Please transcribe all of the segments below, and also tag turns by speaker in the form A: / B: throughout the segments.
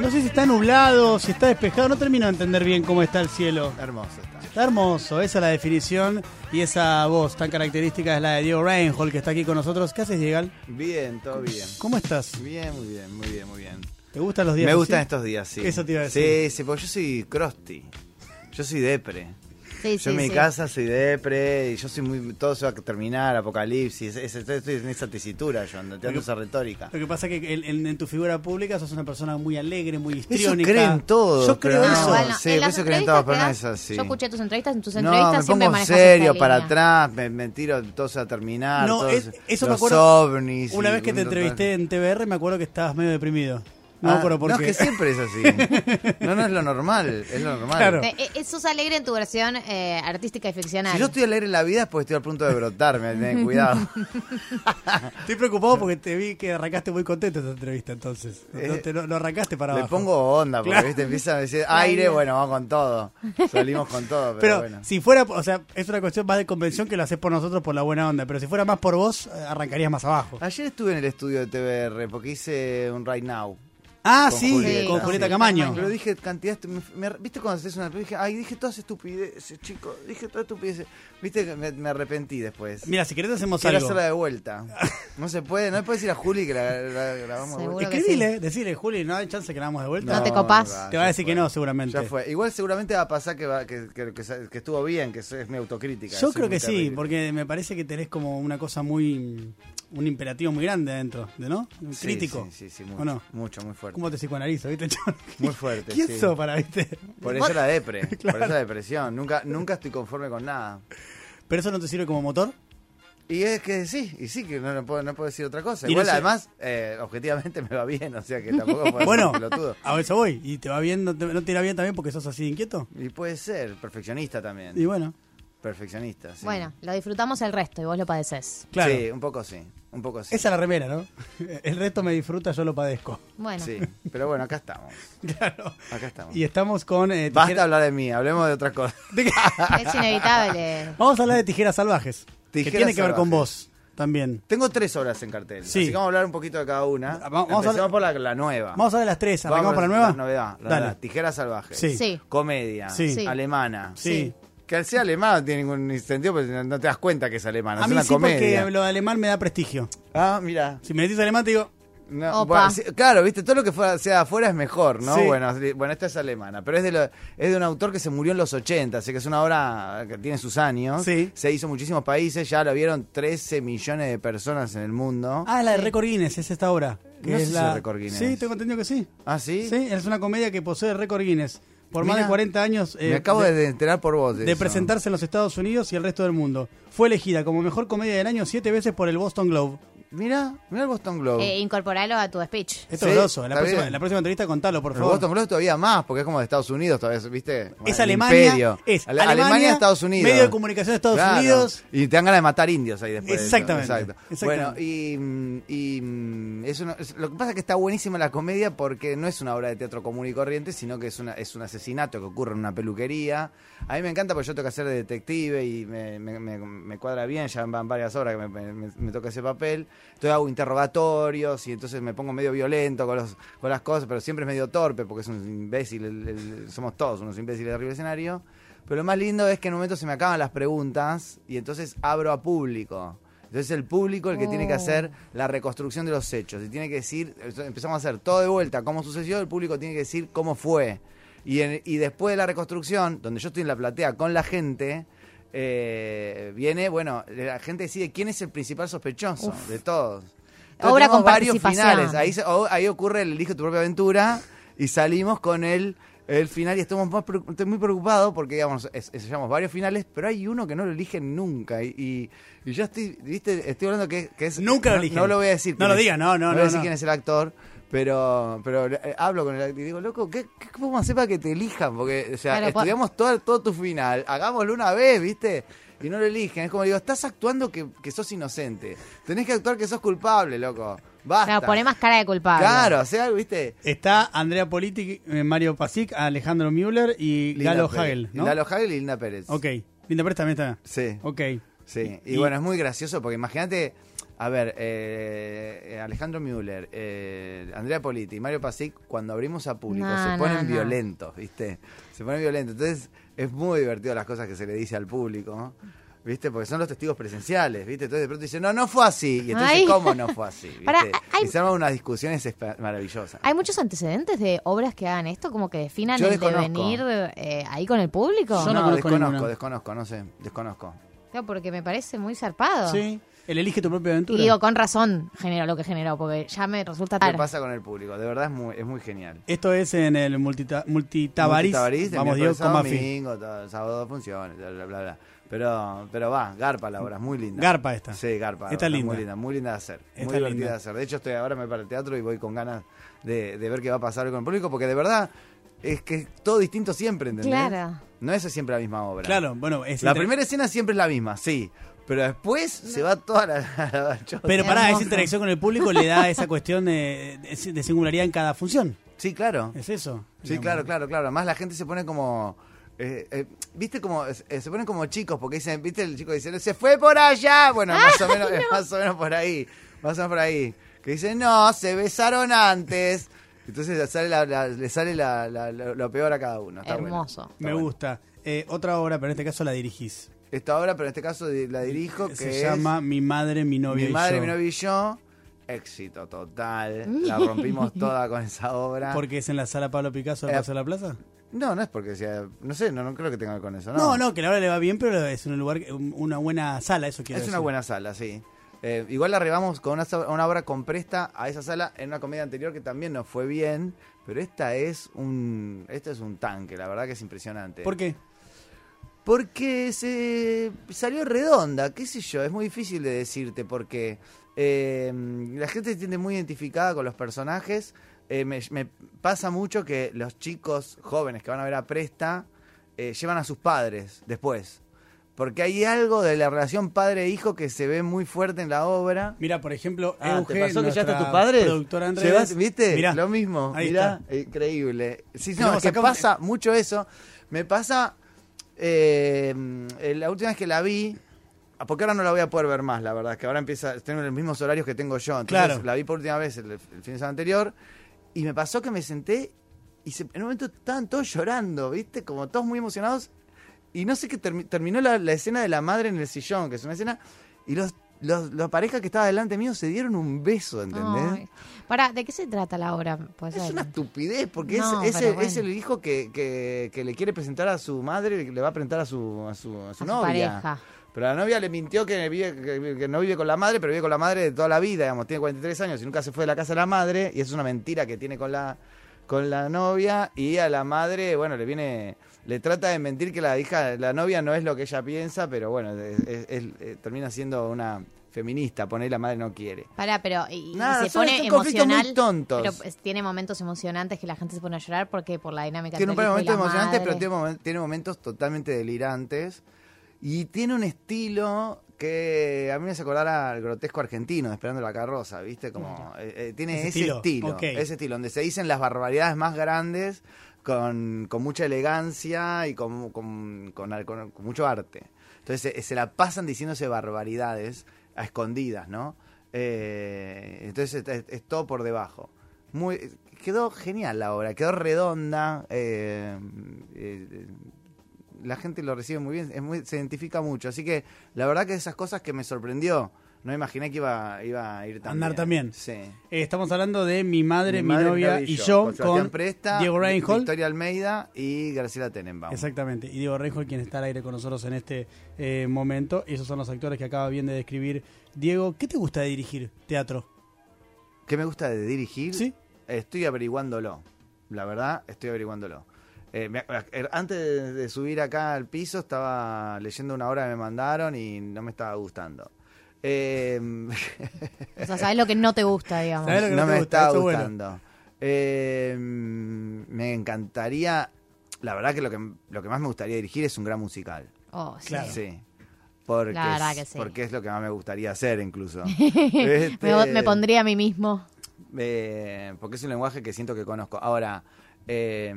A: no sé si está nublado, si está despejado, no termino de entender bien cómo está el cielo.
B: Hermoso está.
A: Está hermoso, esa es la definición y esa voz tan característica es la de Diego Reinhold que está aquí con nosotros. ¿Qué haces, Diego?
B: Bien, todo bien.
A: ¿Cómo estás?
B: Bien, muy bien, muy bien, muy bien.
A: ¿Te gustan los días?
B: Me
A: así?
B: gustan estos días, sí.
A: Eso te iba a decir.
B: Sí, sí, porque yo soy crosti. Yo soy depre. Yo
C: Sí, sí,
B: en mi
C: sí.
B: casa soy depre y yo soy muy. Todo se va a terminar, apocalipsis. es- es- estoy en esa tesitura, yo ando tirando esa retórica.
A: Lo que pasa es que en, en- en tu figura pública sos una persona muy alegre, muy
B: Eso
A: histriónica.
B: creen todos.
A: Yo creo
B: pero
A: eso.
B: No,
C: Igual no.
B: Sí,
C: En
B: pero
C: las
B: eso creen
C: entrevistas
B: todos,
C: te
B: pero no
C: das-
B: es así.
C: Yo escuché tus entrevistas, en tus
B: No,
C: entrevistas
B: me
C: siempre
B: pongo
C: manejas
B: serio
C: esa
B: para
C: línea.
B: atrás, me, me tiro todo se va a terminar.
A: No,
B: todo
A: es-
B: se-
A: eso me
B: los
A: acuerdo.
B: ovnis
A: Una
B: y
A: vez que te
B: un montón de-
A: entrevisté en TBR me acuerdo que estabas medio deprimido. No,
B: Ah,
A: pero
B: no, es que siempre es así. No, no es lo normal, es lo normal.
A: Claro.
C: Eh, eh, eh, sos alegre en tu versión eh, artística y ficcional.
B: Si yo estoy alegre en la vida es porque estoy al punto de brotarme, ten cuidado.
A: Estoy preocupado porque te vi que arrancaste muy contento esta entrevista, entonces. No,
B: Eh,
A: te- no- no arrancaste para
B: Le
A: abajo.
B: pongo onda, porque
A: Claro.
B: ¿viste? empieza a decir aire, bueno, vamos con todo. Salimos con todo, pero,
A: Pero
B: bueno.
A: si fuera, o sea, es una cuestión más de convención que lo haces por nosotros por la buena onda, pero si fuera más por vos, eh, arrancarías más abajo.
B: Ayer estuve en el estudio de TBR porque hice un Right Now.
A: Ah,
B: con
A: sí,
B: Julieta.
A: con Julieta
C: Sí,
A: Camaño.
C: Camaño.
B: Pero dije cantidad, me- me- ¿viste cuando haces una película? Dije, ay, dije todas estupideces, chicos, dije todas estupideces. ¿Viste que me, me arrepentí después?
A: Mira, si querés hacemos
B: Quiero
A: algo.
B: hacerla de vuelta. No se puede, no le puedes decir a Juli que la, la grabamos de
C: Seguro.
B: vuelta.
C: Creo que
A: Escribile, decirle, Juli, no hay chance que la damos de vuelta.
C: No te copás.
A: Te va a
B: ah, ya
A: decir que
B: fue.
A: no, seguramente.
B: Ya fue. Igual seguramente va a pasar que, va- que, que- que sa- que estuvo bien, que eso es mi autocrítica.
A: Yo
B: soy
A: creo
B: muy
A: que sí,
B: terrible.
A: porque me parece que tenés como una cosa muy. un imperativo muy grande adentro, ¿de no? Un
B: Sí,
A: crítico.
B: Sí, sí, sí,
A: ¿o
B: mucho,
A: no?
B: mucho, muy fuerte.
A: ¿Cómo te psicoanalizo, viste, Chon?
B: Muy fuerte,
A: ¿Quién
B: sí.
A: sos para, viste?
B: Por eso la depre,
A: Claro.
B: por eso la depresión. Nunca, nunca estoy conforme con nada.
A: ¿Pero eso no te sirve como motor?
B: Y es que sí, y sí, que no, no puedo, no puedo decir otra cosa.
A: Y no
B: Igual,
A: sé-
B: además, eh, objetivamente me va bien, o sea que tampoco puedo
A: Bueno,
B: ser un pelotudo.
A: a eso voy. ¿Y te va bien? ¿No te, no te irá bien también porque sos así inquieto?
B: Y puede ser, perfeccionista también.
A: Y bueno,
B: Perfeccionista, sí.
C: Bueno, lo disfrutamos el resto y vos lo padeces.
A: claro.
B: Sí, un poco sí, un poco sí.
A: Esa es la remera, ¿no? El resto me disfruta, yo lo padezco.
C: Bueno,
B: Sí, pero bueno, acá estamos.
A: Claro.
B: Acá estamos.
A: Y estamos con. eh,
B: Basta
A: tijera-
B: hablar de mí, hablemos de otras cosas.
A: ¿De qué?
C: es inevitable.
A: Vamos a hablar de tijeras salvajes. que
B: Tijeras
A: tiene que ver con
B: salvajes.
A: vos también.
B: Tengo tres obras en cartel,
A: Sí.
B: así que vamos a hablar un poquito de cada una.
A: Ah, va- vamos a-
B: Empecemos por la, la nueva.
A: Vamos a ver las tres. ¿Arrancamos
B: Vamos
A: para la nueva?
B: novedad, la
A: Dale.
B: verdad. Tijera salvaje.
A: Sí.
C: Sí.
B: Comedia.
A: Sí.
C: Sí.
B: Alemana.
A: Sí.
C: Sí.
B: Que al ser alemana no tiene ningún sentido porque no- no te das cuenta que es alemana.
A: A
B: es
A: mí
B: una
A: sí,
B: comedia.
A: porque lo de alemán me da prestigio.
B: Ah, mira.
A: Si me decís alemán, te digo.
B: No,
C: Opa.
B: bueno, sí, claro, viste, todo lo que fuera- sea afuera es mejor, ¿no?
A: Sí.
B: Bueno, sí, bueno, esta es alemana, pero es de, lo- es de un autor que se murió en los 80, así que es una obra que tiene sus años.
A: Sí.
B: Se hizo en muchísimos países, ya la vieron 13 millones de personas en el mundo.
A: Ah, la de Record Guinness, es esta obra. que
B: No
A: es
B: sé si
A: la...
B: es Record Guinness.
A: Sí, tengo entendido que sí.
B: ¿Ah, sí?
A: Sí, es una comedia que posee Record Guinness. Por más
B: Mira,
A: de 40 años. eh,
B: Me acabo de, enterar por vos. De,
A: de
B: eso.
A: presentarse en los Estados Unidos y el resto del mundo. Fue elegida como mejor comedia del año siete veces por el Boston Globe.
B: Mira, mira el Boston Globe.
C: Eh, incorporalo a tu speech.
A: Esto
B: Sí,
A: es grosso. La
B: está
A: próxima,
B: bien.
A: la próxima entrevista contalo, por
B: Pero
A: favor.
B: Boston Globe todavía más, porque es como de Estados Unidos, todavía, ¿viste? Bueno,
A: es
B: el
A: Alemania,
B: imperio.
A: es
B: Ale- Alemania, Estados Unidos.
A: Medio de comunicación de Estados
B: Claro.
A: Unidos.
B: Y te dan ganas de matar indios ahí después. de eso.
A: Exactamente, exactamente.
B: Bueno, y, mm, y, mm, es una- es- lo que pasa es que está buenísima la comedia porque no es una obra de teatro común y corriente, sino que es, una, es un asesinato que ocurre en una peluquería. A mí me encanta porque yo toca ser de detective y me, me- me- me cuadra bien, ya van varias obras que me, me- me- me toca ese papel. Entonces hago interrogatorios y entonces me pongo medio violento con, los, con las cosas, pero siempre es medio torpe porque es un imbécil, el- el- somos todos unos imbéciles de arriba del escenario. Pero lo más lindo es que en un momento se me acaban las preguntas y entonces abro a público. Entonces el público el que tiene que
C: Oh.
B: hacer la reconstrucción de los hechos. Y tiene que decir, empezamos a hacer todo de vuelta, cómo sucedió, el público tiene que decir cómo fue. Y, en- y después de la reconstrucción, donde yo estoy en la platea con la gente, eh, viene, bueno, la gente decide quién es el principal sospechoso de todos.
C: Obra
B: tenemos
C: con
B: varios
C: participación.
B: finales. Ahí, se- o- ahí ocurre el Elige tu propia aventura y salimos con el, el final y estamos más preocu- estoy muy preocupados porque, digamos, es- ensayamos varios finales, pero hay uno que no lo eligen nunca. Y, y, y yo estoy, viste, estoy hablando que, que es...
A: Nunca lo
B: no-
A: eligen.
B: No lo voy a decir.
A: No
B: quién
A: lo
B: es.
A: diga, no, no,
B: voy
A: no,
B: a decir
A: no.
B: quién es el actor. Pero, pero eh, hablo con el actor y digo, loco, ¿qué, qué podemos hacer para que te elijan? Porque, o sea,
C: Claro, po-
B: estudiamos todo, todo tu final, hagámoslo una vez, ¿viste? Y no lo eligen. Es como digo, estás actuando que, que sos inocente. Tenés que actuar que sos culpable, loco. Basta.
C: Claro, poné más cara de culpable.
B: Claro, o sea, viste.
A: Está Andrea Politi, eh, Mario Pasic, Alejandro Müller y
B: Linda
A: Galo
B: Pérez.
A: Hagel, ¿no?
B: Galo Hagel y Linda Pérez.
A: Ok. Linda Pérez también está.
B: Sí.
A: Ok.
B: Sí. Y,
A: Y-
B: bueno, es muy gracioso porque imagínate. A ver, eh, Alejandro Müller, eh, Andrea Politi, Mario Pasic, cuando abrimos a público
C: No,
B: se
C: no,
B: ponen
C: no.
B: violentos, ¿viste? Se ponen violentos. Entonces es muy divertido las cosas que se le dice al público, ¿no? ¿viste? Porque son los testigos presenciales, ¿viste? Entonces de pronto dicen, no, no fue así. Y entonces,
C: Ay.
B: ¿cómo no fue así? ¿viste?
C: Pará, hay-
B: Y se arman unas discusiones espa- maravillosas.
C: ¿Hay muchos antecedentes de obras que hagan esto? Como que definan
B: Yo
C: el
B: desconozco.
C: devenir eh, ahí con el público.
A: Yo no conozco
B: desconozco,
A: ninguna.
B: desconozco, no sé, desconozco.
C: Claro, porque me parece muy zarpado.
A: Sí, el elige tu propia
C: Y
A: aventura.
C: digo, con razón generó lo que generó, porque ya me resulta
B: ¿Qué
C: tarde.
B: pasa con el público? De verdad es muy, es muy genial.
A: Esto es en el multita- multitabariz.
B: Tabarís, de
A: Vamos,
B: miércoles
A: Dios,
B: a
A: con Mafi.
B: domingo, todo, sábado dos funciones, bla, bla, bla, bla. Pero, pero va, garpa la obra, es muy linda.
A: Garpa esta.
B: Sí, garpa.
A: Esta
B: es
A: linda.
B: Muy linda, muy linda de hacer.
A: Esta
B: muy divertida
A: linda.
B: de hacer. De hecho, estoy ahora me para el teatro y voy con ganas de, de ver qué va a pasar con el público, porque de verdad es que es todo distinto siempre, ¿entendés?
C: Claro.
B: No es siempre la misma obra.
A: Claro, bueno, es
B: La
A: inter-
B: primera escena siempre es la misma, sí. Pero después se va toda la, la bachota.
A: Pero pará,
C: Hermoso.
A: esa interacción con el público le da esa cuestión de, de- de singularidad en cada función.
B: Sí, claro.
A: Es eso.
B: Sí,
A: digamos.
B: claro, claro, claro. Además la gente se pone como... eh, eh, ¿Viste como eh, se ponen como chicos? Porque dicen, ¿viste? El chico dice, se fue por allá. Bueno,
A: Ah,
B: más o menos, es más o menos por ahí. Más o menos por ahí. Que dicen, no, se besaron antes. Entonces le sale, la- la- le sale la- la- lo, lo peor a cada uno. Está bueno.
C: Hermoso.
B: Está
A: Me
B: bueno.
A: gusta. Eh, otra obra, pero en este caso la dirigís.
B: Esta obra, pero en este caso di- la dirijo que
A: Se
B: es
A: llama Mi madre, mi novia
B: Mi
A: y
B: madre,
A: yo.
B: mi novio y yo. Éxito total. La rompimos toda con esa obra.
A: Porque es en la sala Pablo Picasso del
B: ah. Eh,
A: Paso de la Plaza.
B: No, no es porque sea... No sé, no, no creo que tenga que ver con eso.
A: No, no, que la obra le va bien, pero es un lugar, un- una buena sala, eso quiero
B: Es
A: decir.
B: una buena sala, sí. Eh, igual la arreglamos con una, so- una obra con presta a esa sala en una comedia anterior que también nos fue bien, pero esta es un esta es un tanque, la verdad que es impresionante.
A: ¿Por qué?
B: Porque se salió redonda, qué sé yo, es muy difícil de decirte porque eh, la gente se siente muy identificada con los personajes. Eh, me, me pasa mucho que los chicos jóvenes que van a ver a Presta eh, llevan a sus padres después. Porque hay algo de la relación padre-hijo que se ve muy fuerte en la obra.
A: Mira, por ejemplo,
D: Ah,
A: Euge,
D: ¿te pasó que ya
A: nuestra
D: está tu padre?
A: productora en
B: Llevas-
A: redes,
B: ¿Viste?
A: mirá,
B: Lo mismo.
A: ahí
B: mirá, eh, increíble. Sí, no,
A: No,
B: es que
A: sacamos-
B: pasa mucho eso. Me pasa. eh, eh, la última vez que la vi. ah, Porque ahora no la voy a poder ver más, la verdad. Que ahora empieza. Tengo los mismos horarios que tengo yo. Entonces,
A: Claro.
B: La vi por última vez el, el fin de semana anterior. Y me pasó que me senté. Y se- en un momento estaban todos llorando, ¿viste? Como todos muy emocionados. Y no sé qué termi- terminó la, la escena de la madre en el sillón, que es una escena. Y los, los, la pareja que estaba delante mío se dieron un beso, ¿entendés?
C: Ay. Pará, ¿de qué se trata la obra? Pues,
B: Es una estupidez, porque es-
C: No,
B: es,
C: pero
B: el- es
C: bueno.
B: el hijo que, que- que le quiere presentar a su madre, que le va a presentar a su, a su, a su
C: A su
B: novia.
C: pareja.
B: Pero la novia le mintió que, vive- que- que no vive con la madre, pero vive con la madre de toda la vida, digamos, tiene 43 años y nunca se fue de la casa de la madre, y es una mentira que tiene con la, con la novia, y a la madre, bueno, le viene, le trata de mentir que la hija, la novia no es lo que ella piensa, pero bueno, es- es- es- eh, termina siendo una feminista, poner la madre no quiere.
C: Pará, pero y, y
B: Nada,
C: se
B: son-
C: pone
B: son conflictos muy
C: emocional.
B: tontos.
C: Pero pues, tiene momentos emocionantes que la gente se pone a llorar porque por la dinámica
B: Tiene un par de
C: entre el
B: momentos
C: hijo y la
B: emocionantes, pero
C: madre.
B: tiene, momen- tiene momentos totalmente delirantes. Y tiene un estilo que a mí me hace acordar al grotesco argentino, de esperando la carroza, ¿viste? Como eh, eh, tiene
A: Ese
B: ese,
A: estilo,
B: estilo,
A: ok.
B: ese estilo, donde se dicen las barbaridades más grandes con, con mucha elegancia y con, con- con al- con- con mucho arte. Entonces eh, se la pasan diciéndose barbaridades a escondidas, ¿no? Eh, entonces es, es todo por debajo. Muy, quedó genial la obra, quedó redonda. eh, eh, la gente lo recibe muy bien, es muy, se identifica mucho. Así que la verdad que esas cosas que me sorprendió, no imaginé que iba, iba a ir tan
A: Andar
B: bien.
A: también.
B: Sí.
A: Eh, estamos hablando de Mi madre, mi,
B: madre,
A: novia
B: novio
A: y yo,
B: Sebastián
A: con
B: Presta,
A: Diego Reinhold.
B: Victoria Almeida y Graciela Tenenbaum.
A: Exactamente, y Diego Reinhold quien está al aire con nosotros en este eh, momento. Esos son los actores que acaba bien de describir. Diego, ¿qué te gusta de dirigir teatro?
B: ¿Qué me gusta de dirigir?
A: ¿Sí?
B: Estoy averiguándolo. La verdad, estoy averiguándolo. Eh, me- eh, antes de, de subir acá al piso, estaba leyendo una obra que me mandaron y no me estaba gustando. Eh,
C: O sea, sabes lo que no te gusta, digamos.
A: ¿Sabés? lo que no
B: no
A: te
B: me
A: gusta?
B: está
A: Eso Ah, es bueno.
B: gustando. Eh, me encantaría. La verdad que lo que lo que más me gustaría dirigir es un gran musical.
C: Oh, sí.
A: Claro.
B: Sí. Porque,
C: La verdad
B: es,
C: que sí.
B: porque es lo que más me gustaría hacer incluso. Este,
C: Me, me pondría a mí mismo.
B: eh, porque es un lenguaje que siento que conozco. Ahora, eh,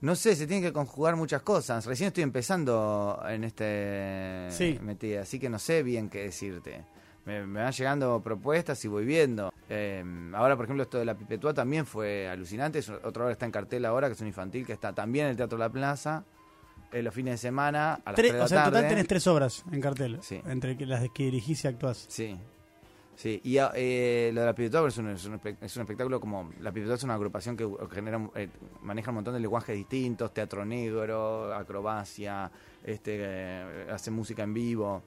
B: no sé, se tienen que conjugar muchas cosas. Recién estoy empezando en este
A: Sí.
B: metida, así que no sé bien qué decirte. Me, me van llegando propuestas y voy viendo. Eh, ahora, por ejemplo, esto de la Pipetua también fue alucinante. Es otra obra que está en cartel ahora, que es un infantil, que está también en el Teatro La Plaza. eh, los fines de semana, a
A: Tres-
B: las tres de la
A: o sea, en total
B: tarde.
A: tenés tres obras en cartel,
B: Sí.
A: entre que- las que dirigís y actuás.
B: Sí. Sí, y ah, eh, lo de la Pipetua es un, es, un espe- es un espectáculo como... La Pipetua es una agrupación que genera, un- eh, maneja un montón de lenguajes distintos, teatro negro, acrobacia, este, eh, hace música en vivo,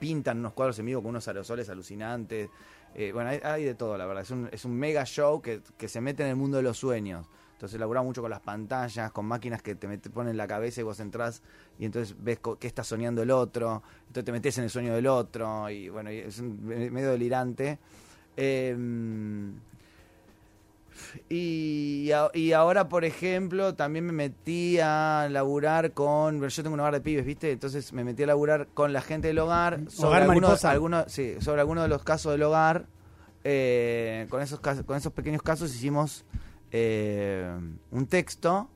B: pintan unos cuadros en vivo con unos aerosoles alucinantes. Eh, bueno, hay, hay de todo, la verdad. Es un, es un mega show que, que se mete en el mundo de los sueños. Entonces labura mucho con las pantallas, con máquinas que te, met- te ponen en la cabeza y vos entrás y entonces ves co- qué está soñando el otro. Entonces te metes en el sueño del otro y bueno, y es un- me- medio delirante. Eh, y, a- y ahora, por ejemplo, también me metí a laburar con. Yo tengo un hogar de pibes, ¿viste? Entonces me metí a laburar con la gente del hogar. Sobre algunos,
A: mariposa.
B: algunos, sí, sobre algunos de los casos del hogar. Eh, con, esos casos, con esos pequeños casos hicimos eh, un texto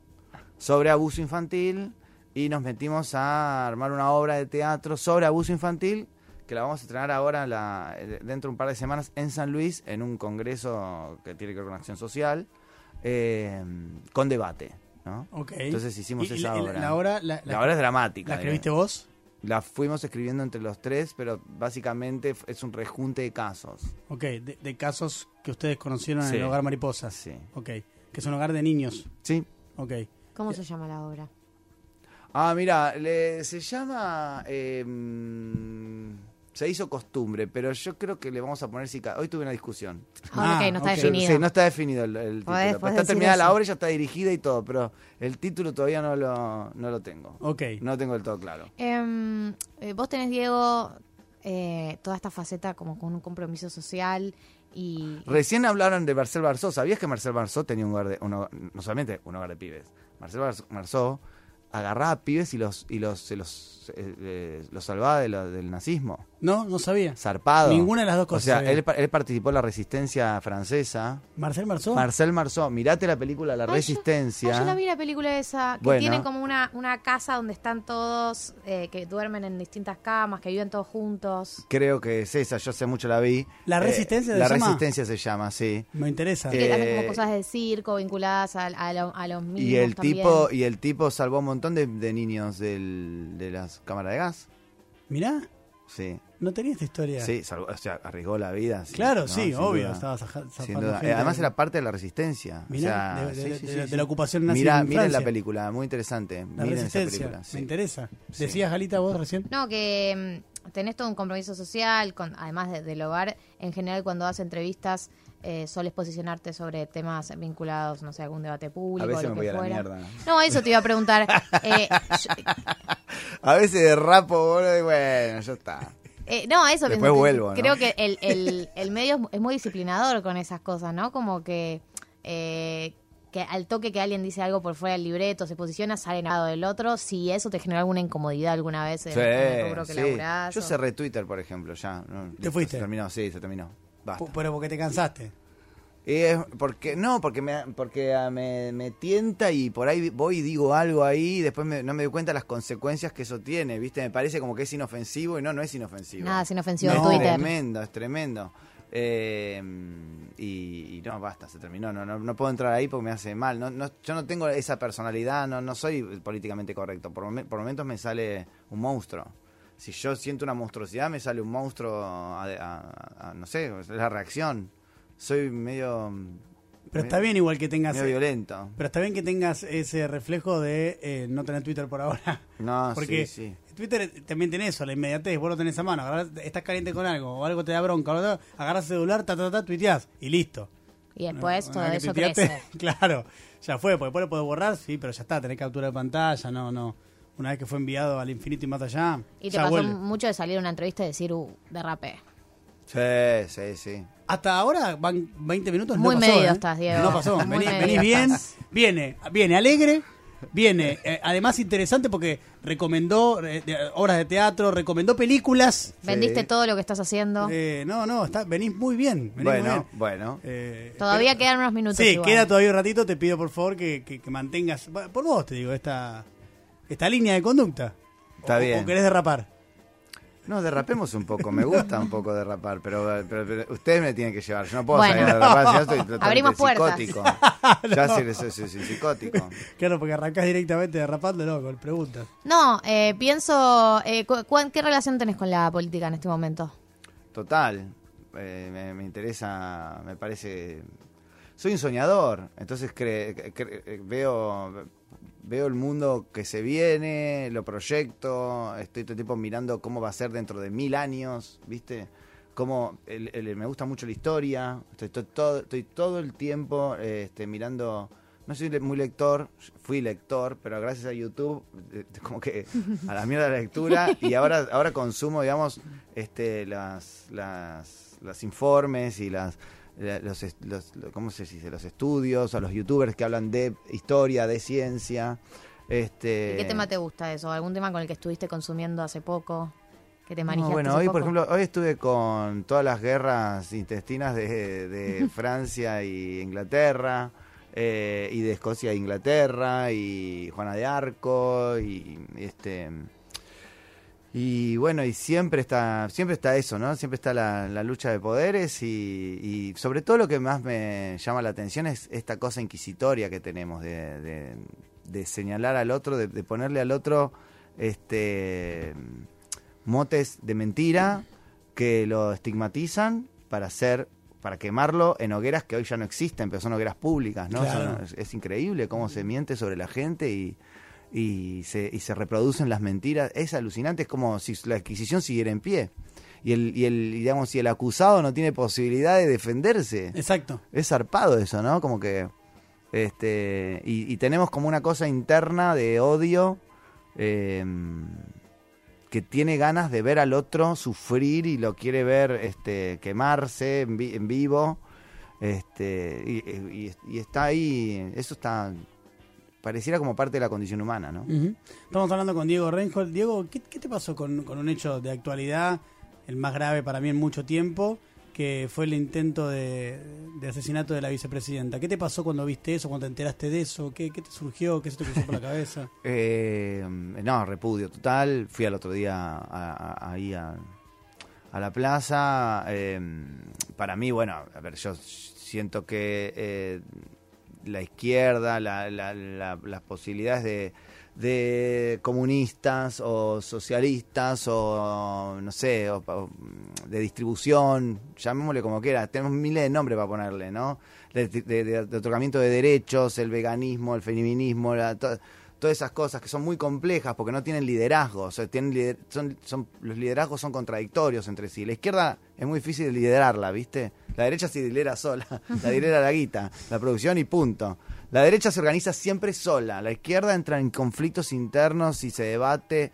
B: sobre abuso infantil y nos metimos a armar una obra de teatro sobre abuso infantil que la vamos a estrenar ahora la- eh, dentro de un par de semanas en San Luis en un congreso que tiene que ver con acción social eh, con debate. ¿no?
A: Ok.
B: Entonces hicimos
A: Y- y
B: esa
A: la- y
B: obra.
A: La, obra la, la-
B: La obra es dramática.
A: la
B: digamos.
A: escribiste vos.
B: La fuimos escribiendo entre los tres, pero básicamente f- es un rejunte de casos.
A: Ok, de, de casos que ustedes conocieron en
B: Sí.
A: el hogar Mariposas.
B: Sí.
A: Ok, que es un hogar de niños.
B: Sí.
A: Ok.
B: eh,
C: ¿Cómo se llama la obra?
B: Ah, mira, le- se llama. eh, mm, se hizo costumbre, pero yo creo que le vamos a poner cicatriz. Hoy tuve una discusión.
C: Ah,
A: Ah,
C: ok, no está
A: ok.
B: Yo-
C: definido.
B: sí, no está definido el, el título.
C: Podés-
B: Pero
C: podés
B: está
C: decir
B: terminada la
C: eso.
B: obra, ya está dirigida y todo, pero el título todavía no lo, no lo tengo.
A: Ok.
B: No lo tengo del todo claro.
C: Em, eh, vos tenés, Diego, eh, toda esta faceta como con un compromiso social y...
B: Recién hablaron de Marcel Barzó. ¿Sabías que Marcel Barzó tenía un hogar de, un hogar- no solamente un hogar de pibes? Marcel Barz- Barzó agarraba a pibes y los y los se los, eh, eh, los salvaba de lo- del nazismo.
A: No, no sabía.
B: Zarpado.
A: Ninguna de las dos
B: O
A: cosas
B: sea,
A: sabía.
B: él, pa- él participó en la resistencia francesa.
A: Marcel Marzó.
B: Marcel Barzó, mirate la película La
C: Ay, yo-
B: Resistencia.
C: Ah, yo la vi la película esa, que
B: Bueno.
C: tienen como una, una casa donde están todos, eh, que duermen en distintas camas, que viven todos juntos.
B: Creo que es esa, yo hace mucho la vi. Eh,
A: ¿La Resistencia se
B: La
A: llama?
B: Resistencia se llama, sí.
A: Me interesa.
C: Que hacen
B: Eh,
C: como cosas de circo vinculadas al- a, lo- a los mismos
B: Y el
C: también.
B: tipo y el tipo salvó un montón de, de niños del- de las cámaras de gas.
A: Mirá,
B: Sí.
A: no tenía esta historia.
B: Sí, salvó- o sea, arriesgó la vida.
A: Claro,
B: ¿no?
A: sí,
B: Sin
A: obvio.
B: duda.
A: Estaba zaja-
B: Sin
A: zafando
B: duda.
A: gente.
B: Eh, Además era parte de la resistencia. o
A: Mirá,
B: sea,
A: de, de-
B: sí,
A: de-
B: sí,
A: de-
B: sí,
A: de la
B: sí.
A: ocupación nazi
B: Mirá,
A: en
B: miren la
A: Francia.
B: película, muy interesante.
A: La
B: miren esa
A: Resistencia.
B: película. sí.
A: Me interesa.
B: Sí.
A: Decías, Galita, vos recién.
C: No, que mm, tenés todo un compromiso social, con, además de- del hogar. En general, cuando das entrevistas, eh, soles posicionarte sobre temas vinculados, no sé, a algún debate público.
B: A veces
C: lo
B: me voy
C: que
B: a la
C: fuera.
B: mierda.
C: No, eso te iba a preguntar. Eh, yo-
B: A veces derrapo, boludo, y bueno, ya está.
C: eh, no, eso
B: Después
C: que-
B: vuelvo, ¿no?
C: Creo que el, el- el medio es mu- es muy disciplinador con esas cosas, ¿no? Como que, eh, que al toque que alguien dice algo por fuera del libreto, se posiciona, sale al lado del otro. Si eso te generó alguna incomodidad alguna vez en, en el rubro que
B: sí.
C: laburás,
B: Yo
C: o-
B: cerré Twitter, por ejemplo, ya. No, listo,
A: fuiste?
B: Se terminó, sí, se terminó. Basta.
A: P- Pero porque te cansaste.
B: Y es porque, no, porque, me, porque ah, me, me tienta y por ahí voy y digo algo ahí y después me- no me doy cuenta las consecuencias que eso tiene, ¿viste? Me parece como que es inofensivo y no, no es inofensivo.
C: Nada es inofensivo
A: en
B: es
A: Twitter.
B: tremendo, es tremendo. Eh, y, y no, basta, se terminó. No, no, no puedo entrar ahí porque me hace mal. No, no, yo no tengo esa personalidad, no, no soy políticamente correcto. Por, momen- por momentos me sale un monstruo. Si yo siento una monstruosidad, me sale un monstruo a, a- a- no sé, es la reacción. Soy medio,
A: Pero está bien igual que tengas.
B: medio violento.
A: Pero está bien que tengas ese reflejo de eh, no tener Twitter por ahora.
B: No,
A: Porque
B: Ah, sí, sí.
A: Twitter también tiene eso, la inmediatez, vos lo tenés a mano, agarrás- estás caliente con algo, o algo te da bronca, o algo- agarrás el celular, ta, ta, ta, tuiteás, y listo.
C: Y después
A: Una
C: todo
A: vez que
C: eso
A: tuiteaste,
C: crece.
A: Claro, ya fue, porque después lo podés borrar, sí, pero ya está, tenés captura de pantalla, no, no. Una vez que fue enviado al infinito y más allá,
C: Y te
A: ya
C: pasó
A: vuelve.
C: mucho de salir a una entrevista y decir, uh, derrapé.
B: Sí, sí, sí.
A: Hasta ahora van 20 minutos,
C: Muy
A: no pasó,
C: medido
A: ¿eh?
C: estás, Diego.
A: No pasó,
C: Muy
A: vení,
C: medido
A: vení bien,
C: estás.
A: viene, viene alegre, viene, eh, además interesante porque recomendó eh, de- obras de teatro, recomendó películas.
C: Vendiste
B: Sí.
C: todo lo que estás haciendo.
A: Eh, no, no, está, venís muy bien. venís muy
B: Bueno,
A: bien.
B: bueno.
A: Eh,
C: Todavía
A: pero-
C: quedan unos minutos.
A: Sí,
C: igual.
A: queda todavía un ratito. Te pido por favor que, que- que mantengas, bueno, por vos te digo, esta, esta línea de conducta.
B: Está
A: O-
B: bien.
A: O querés derrapar.
B: No, derrapemos un poco. Me gusta un poco derrapar, pero, pero- pero ustedes me tienen que llevar. Yo no puedo
C: Bueno.
B: salir a derrapar, si no estoy totalmente
C: Abrimos puertas.
B: psicótico. Ya sí, sí, sí, sí, psicótico.
A: Claro, porque arrancás directamente derrapando, no, con preguntas.
C: No, eh, pienso, eh, cu- cuán- ¿qué relación tenés con la política en este momento?
B: Total. Eh, me, me interesa, me parece... Soy un soñador, entonces cre- cre- eh, veo, veo el mundo que se viene, lo proyecto, estoy todo el tiempo mirando cómo va a ser dentro de mil años, ¿viste? Cómo el- el- me gusta mucho la historia, estoy to- todo, estoy todo el tiempo eh, este, mirando... No soy le- muy lector, fui lector, pero gracias a YouTube, eh, como que a la mierda la lectura, y ahora, ahora consumo, digamos, este, las, las, las informes y las, la- los, est- los- lo- ¿cómo se dice? los estudios, a los youtubers que hablan de historia, de ciencia. Este,
C: ¿Y qué tema te gusta eso? ¿Algún tema con el que estuviste consumiendo hace poco? ¿Que te
B: No,
C: manejaste
B: bueno,
C: hace
B: hoy, por
C: poco?
B: ejemplo, hoy estuve con todas las guerras intestinas de, de Francia y Inglaterra, eh, y de Escocia e Inglaterra, y Juana de Arco, y este. Y bueno, y siempre está, siempre está eso, ¿no? Siempre está la, la lucha de poderes y, y sobre todo lo que más me llama la atención es esta cosa inquisitoria que tenemos de, de- de señalar al otro, de, de ponerle al otro este motes de mentira que lo estigmatizan para hacer para quemarlo en hogueras que hoy ya no existen, pero son hogueras públicas, ¿no?
A: Claro.
B: Son- es, es increíble cómo se miente sobre la gente y, y se, y se reproducen las mentiras. Es alucinante, es como si la adquisición siguiera en pie. Y el, y el, y digamos, si el acusado no tiene posibilidad de defenderse.
A: Exacto.
B: Es zarpado eso, ¿no? Como que. Este, y, y tenemos como una cosa interna de odio eh, que tiene ganas de ver al otro sufrir y lo quiere ver este, quemarse en, vi- en vivo. Este, y, y- y está ahí. Eso está. Pareciera como parte de la condición humana, ¿no?
A: Ujú. Estamos hablando con Diego Reinhold. Diego, ¿qué, qué te pasó con, con un hecho de actualidad, el más grave para mí en mucho tiempo, que fue el intento de, de asesinato de la vicepresidenta? ¿Qué te pasó cuando viste eso, cuando te enteraste de eso? ¿Qué, qué te surgió? ¿Qué se te cruzó por la cabeza?
B: Eh, no, repudio total. Fui al otro día a- a- a- ahí a, a la plaza. eh, para mí, bueno, a ver, yo siento que eh, la izquierda, la- la- la- las posibilidades de, de comunistas o socialistas o, no sé, o- o, de distribución, llamémosle como quiera, tenemos miles de nombres para ponerle, ¿no? De, de- de- de otorgamiento de derechos, el veganismo, el feminismo, la- to- todas esas cosas que son muy complejas porque no tienen liderazgo, o sea, tienen lider- son, son- los liderazgos son contradictorios entre sí. La izquierda es muy difícil de liderarla, ¿viste? La derecha se lidera sola, la lidera la guita, la producción y punto. La derecha se organiza siempre sola, la izquierda entra en conflictos internos y se debate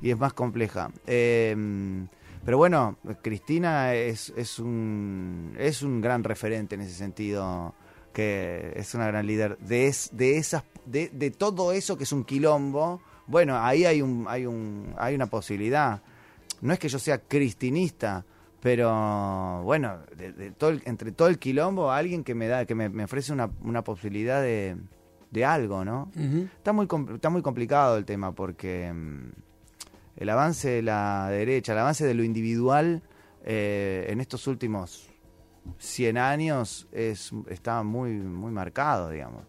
B: y es más compleja. Eh, pero bueno, Cristina es, es, un, es un gran referente en ese sentido, que es una gran líder. De, es- de, esas, de, de todo eso que es un quilombo, bueno, ahí hay, un, hay, un, hay una posibilidad. No es que yo sea cristinista, pero bueno, de- de todo el- entre todo el quilombo, alguien que me, da, que me, me ofrece una, una posibilidad de, de algo, ¿no?
A: Ujú.
B: Está muy, com- está muy complicado el tema porque mm, el avance de la derecha, el avance de lo individual eh, en estos últimos 100 años es, está muy, muy marcado, digamos.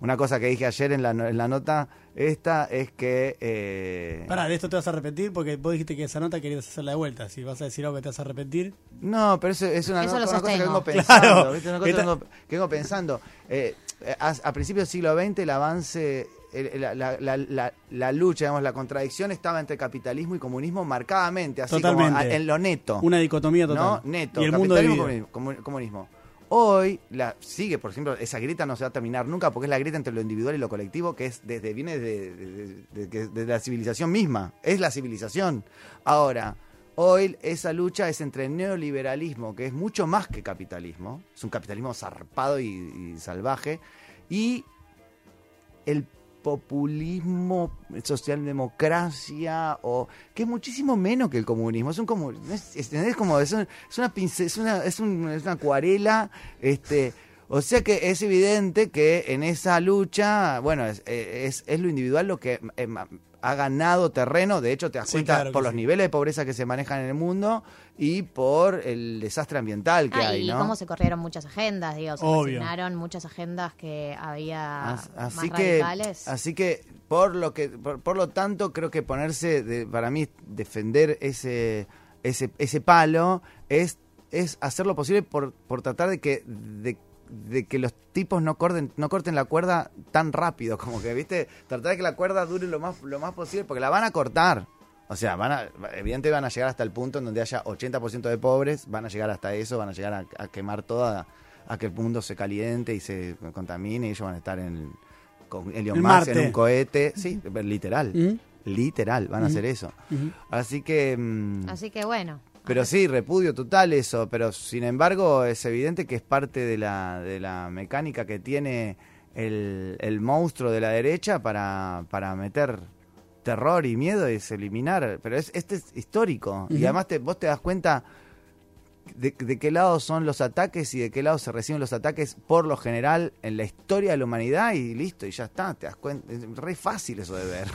B: Una cosa que dije ayer en la, no- en la nota esta es que... eh,
A: Pará, de esto te vas a arrepentir porque vos dijiste que esa nota querías hacerla de vuelta. Si vas a decir algo que te vas a arrepentir,
B: No, pero eso es una,
C: Eso
B: no-
C: lo
B: una cosa que
C: sostengo.
B: vengo pensando.
A: Claro.
B: ¿viste? Una cosa
A: Esta-
B: que vengo, que vengo pensando. Eh, a, a principios del siglo XX el avance, el- la, la- la- la- la lucha, digamos, la contradicción estaba entre capitalismo y comunismo marcadamente, así como
A: Totalmente.
B: a- en lo neto.
A: una dicotomía total.
B: ¿no? Neto,
A: y el mundo
B: capitalismo,
A: dividido.
B: comunismo, comu- comunismo. Hoy la sigue, por ejemplo, esa grieta no se va a terminar nunca porque es la grieta entre lo individual y lo colectivo que es desde viene de, de- de- de- de la civilización misma, es la civilización. Ahora, hoy esa lucha es entre el neoliberalismo, que es mucho más que capitalismo, es un capitalismo zarpado y- y salvaje, y el populismo, socialdemocracia, o que es muchísimo menos que el comunismo. Es un comu- es, es- es como es, un- es una pince- es una, es un- es una acuarela, este. O sea que es evidente que en esa lucha, bueno, es, eh, es- es lo individual lo que eh, ma- ha ganado terreno, de hecho te das
A: Sí,
B: cuenta
A: claro que
B: por los
A: sí.
B: niveles de pobreza que se manejan en el mundo y por el desastre ambiental que
C: Ah,
B: hay,
C: y
B: ¿no?
C: cómo se corrieron muchas agendas, digo, se
A: Obvio.
C: asignaron muchas agendas que había
B: As-
C: más
B: así que
C: radicales.
B: así que por lo que por, por lo tanto creo que ponerse de- para mí defender ese ese ese palo es es hacer lo posible por, por tratar de que de, de que los tipos no corten no corten la cuerda tan rápido como que viste tratar de que la cuerda dure lo más lo más posible porque la van a cortar o sea, van a, evidentemente van a llegar hasta el punto en donde haya 80% de pobres, van a llegar hasta eso, van a llegar a, a quemar toda, a que el mundo se caliente y se contamine y ellos van a estar en, con Elon
A: En
B: Musk en
A: Marte. Mm.
B: un cohete. Sí, literal,
A: Ujú.
B: literal,
A: Mm.
B: van a hacer eso.
A: Ujú.
B: Así que... mm,
C: Así que bueno.
B: pero sí, repudio total eso, pero sin embargo es evidente que es parte de la, de la mecánica que tiene el, el monstruo de la derecha para, para meter terror y miedo y es eliminar. Pero es, este es histórico y
A: Ujú.
B: además te, vos te das cuenta de, de qué lado son los ataques y de qué lado se reciben los ataques por lo general en la historia de la humanidad y listo, y ya está, te das cuenta, es re fácil eso de ver.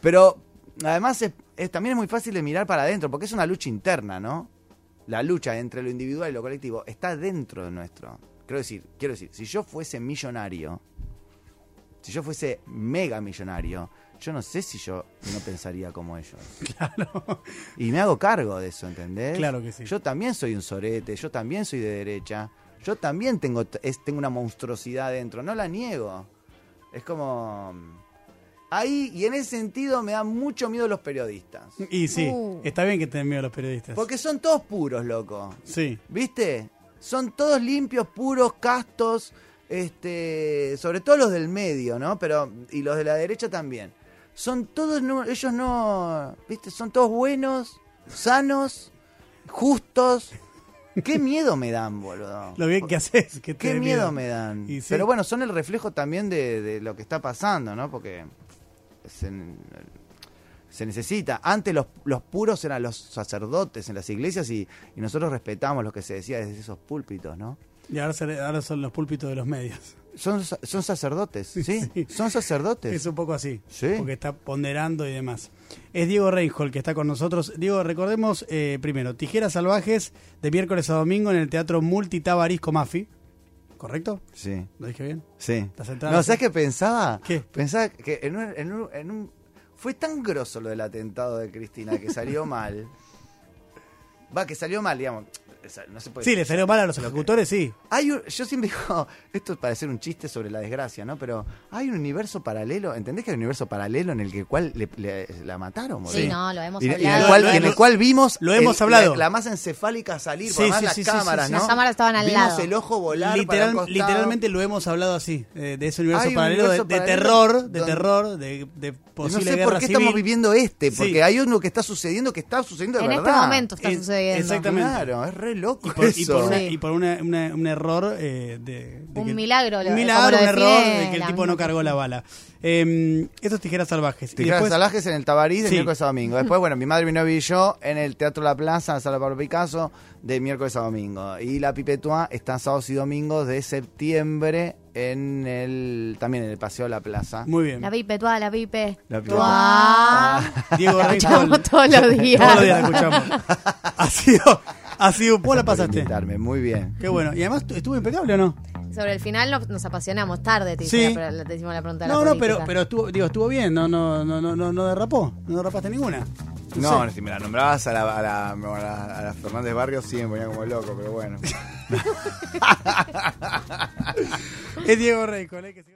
B: Pero además es, es- también es muy fácil de mirar para adentro, porque es una lucha interna, ¿no? La lucha entre lo individual y lo colectivo está dentro de nuestro. Quiero decir, quiero decir, si yo fuese millonario, si yo fuese mega millonario, yo no sé si yo no pensaría como ellos. Y me hago cargo de eso, ¿entendés?
A: Claro que sí.
B: Yo también soy un sorete, yo también soy de derecha, yo también tengo, t- es- tengo una monstruosidad dentro, no la niego. Es como... mm, Ahí, y en ese sentido me dan mucho miedo los periodistas.
A: Y sí,
C: Uh.
A: está bien que tengan miedo los periodistas.
B: Porque son todos puros, loco.
A: Sí.
B: ¿Viste? Son todos limpios, puros, castos, este, sobre todo los del medio, ¿no? Pero y los de la derecha también. Son todos no- ellos no, ¿viste? Son todos buenos, sanos, justos. Qué miedo me dan, boludo.
A: Lo bien que haces. Que te
B: Qué
A: dé
B: miedo me dan.
A: Y sí.
B: Pero bueno, son el reflejo también de, de lo que está pasando, ¿no? Porque se, se necesita. Antes los, los puros eran los sacerdotes en las iglesias y, y nosotros respetamos lo que se decía desde esos púlpitos, ¿no?
A: Y ahora, se- ahora son los púlpitos de los medios.
B: Son, sa- son sacerdotes, ¿sí?
A: Sí.
B: Son sacerdotes.
A: Es un poco así.
B: Sí.
A: Porque está ponderando y demás. Es Diego Reinhold que está con nosotros. Diego, recordemos eh, primero, Tijeras Salvajes de miércoles a domingo en el Teatro Multitabarisco Mafi. ¿Correcto?
B: Sí,
A: ¿Lo dije bien?
B: sí.
A: Las entradas-
B: No, ¿sabes qué pensaba?
A: ¿Qué?
B: Pensaba que en un- en un- en un... Fue tan grosso lo del atentado de Cristina que salió mal. Va, que salió mal, digamos. No se puede
A: Sí, le salió mal a los ejecutores, sí.
B: Hay un- yo siempre digo, esto parece un chiste sobre la desgracia, ¿no? Pero hay un universo paralelo, ¿entendés que hay un universo paralelo en el que cual le- le- la mataron? boludo?
C: Sí, no, lo hemos
B: Y, y en el
C: hablado.
B: cual-
A: Lo
B: y en el
A: hemos-
B: cual vimos
A: lo hemos
B: el-
A: hablado.
B: La, la masa encefálica salir
A: Sí,
B: por más
A: sí,
B: las
A: sí, sí,
B: cámaras,
A: sí, sí.
B: ¿no?
C: Las cámaras estaban al
B: Vimos
C: lado.
B: el ojo volar para el
A: Literal-
B: costado.
A: literalmente lo hemos hablado así, eh, de ese universo
B: Hay un
A: paralelo, de-
B: universo
A: de,
B: paralelo
A: terror, de
B: donde-
A: terror, de, de
B: Y
A: posible
B: no sé
A: guerra
B: por qué
A: civil.
B: estamos viviendo este,
A: Sí.
B: porque hay uno que está sucediendo que está sucediendo de
C: en
B: verdad.
C: este momento está
A: Eh,
C: sucediendo.
A: exactamente.
B: Claro, es re loco
A: Y por, y
B: eso.
A: por una-
C: Sí.
A: y por una- una- un error eh, de, de
C: Un milagro, lo-
A: un milagro,
C: como lo
A: un error
C: define
A: de que el
C: la
A: tipo
C: misma
A: no cargó la bala. Eh, esos tijeras salvajes. Y
B: Tijeras
A: después-
B: Salajes en el Tabarís de
A: Sí.
B: miércoles a domingo. Después, bueno, mi madre, mi novio y yo en el Teatro La Plaza, Sala Pablo Picasso, de miércoles a domingo. Y la Pipetua está sábados y domingos de septiembre en el también en el Paseo La Plaza.
A: Muy bien.
C: La pipe, toda la pipe.
B: La pipe.
C: Tuá.
A: Diego
C: La escuchamos
A: Reinhold.
C: todos los días.
A: Ah, Todos los días la escuchamos. ha sido, ha sido, ¿cómo la
B: Por
A: pasaste?
B: invitarme, muy bien.
A: Qué bueno. Y además tu- estuvo impecable o no?
C: Sobre el final nos, nos apasionamos tarde, te, hicimos
A: Sí.
C: la- pero, te hicimos la pregunta de la
A: No, no, pero,
C: política.
A: pero estuvo, digo, estuvo bien, no, no, no, no, no, no derrapó, no derrapaste ninguna.
B: No, si me la nombrabas a la, a la, a la- a la Fernández Barrios sí me ponía como loco, pero bueno.
A: Es Diego Rey, con el que se-